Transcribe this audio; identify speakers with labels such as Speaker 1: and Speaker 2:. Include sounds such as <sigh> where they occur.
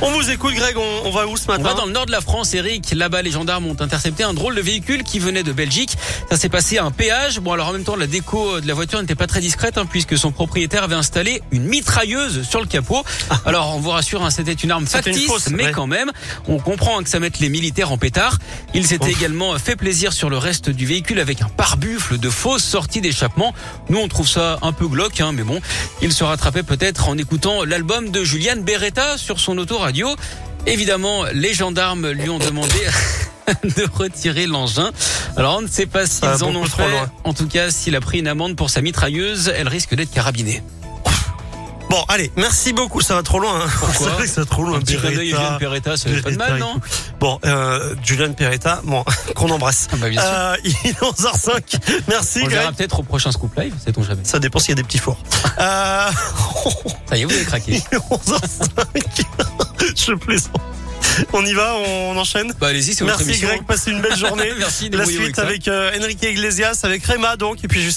Speaker 1: On vous écoute, Greg. On, on va où ce
Speaker 2: On
Speaker 1: matin
Speaker 2: va dans le nord de la France, Eric. Là-bas, les gendarmes ont intercepté un drôle de véhicule qui venait de Belgique. Ça s'est passé à un péage. Bon, alors en même temps, la déco de la voiture n'était pas très discrète hein, puisque son propriétaire avait installé une mitrailleuse sur le capot. Alors, on vous rassure, hein, c'était une arme
Speaker 1: C'était une
Speaker 2: factice,
Speaker 1: fausse,
Speaker 2: mais
Speaker 1: ouais.
Speaker 2: quand même, on comprend hein, que ça mette les militaires en pétard. Il s'était
Speaker 1: Ouf.
Speaker 2: également fait plaisir sur le reste du véhicule avec un pare-buffle de fausse sortie d'échappement. Nous, on trouve ça un peu glauque, hein, mais bon, il se rattrapait peut-être en écoutant l'album de Juliane Beretta sur son autoradio. Évidemment, les gendarmes lui ont demandé <laughs> de retirer l'engin. Alors, on ne sait pas s'ils
Speaker 1: Ah,
Speaker 2: en
Speaker 1: beaucoup
Speaker 2: ont
Speaker 1: trop
Speaker 2: fait.
Speaker 1: loin.
Speaker 2: En tout cas, s'il a pris une amende pour sa mitrailleuse, elle risque d'être carabinée.
Speaker 1: Bon, allez, merci beaucoup. Ça va trop loin. Hein. <laughs>
Speaker 2: Pourquoi
Speaker 1: C'est vrai que ça va trop loin.
Speaker 2: Un petit clin d'œil
Speaker 1: Beretta.
Speaker 2: à Juliane Beretta, ça fait pas de mal,
Speaker 1: Beretta,
Speaker 2: non
Speaker 1: écoute. Bon, euh, Julian Peretta, bon, <laughs> qu'on embrasse.
Speaker 2: Ah bah, bien sûr.
Speaker 1: Euh, il est 11h05. Merci,
Speaker 2: On le verra
Speaker 1: Greg.
Speaker 2: peut-être au prochain scoop live, sait-on jamais.
Speaker 1: Ça dépend s'il y a des petits fours. Euh, <laughs>
Speaker 2: Ça y est, vous avez craqué.
Speaker 1: 11h05. <laughs> Je plaisante. On y va, on enchaîne.
Speaker 2: Bah, allez-y, c'est votre
Speaker 1: Merci
Speaker 2: émission.
Speaker 1: Greg, passez une belle journée.
Speaker 2: <laughs> Merci,
Speaker 1: La
Speaker 2: débrouillez-vous
Speaker 1: suite
Speaker 2: ça.
Speaker 1: avec euh, Enrique Iglesias, avec Rema donc, et puis juste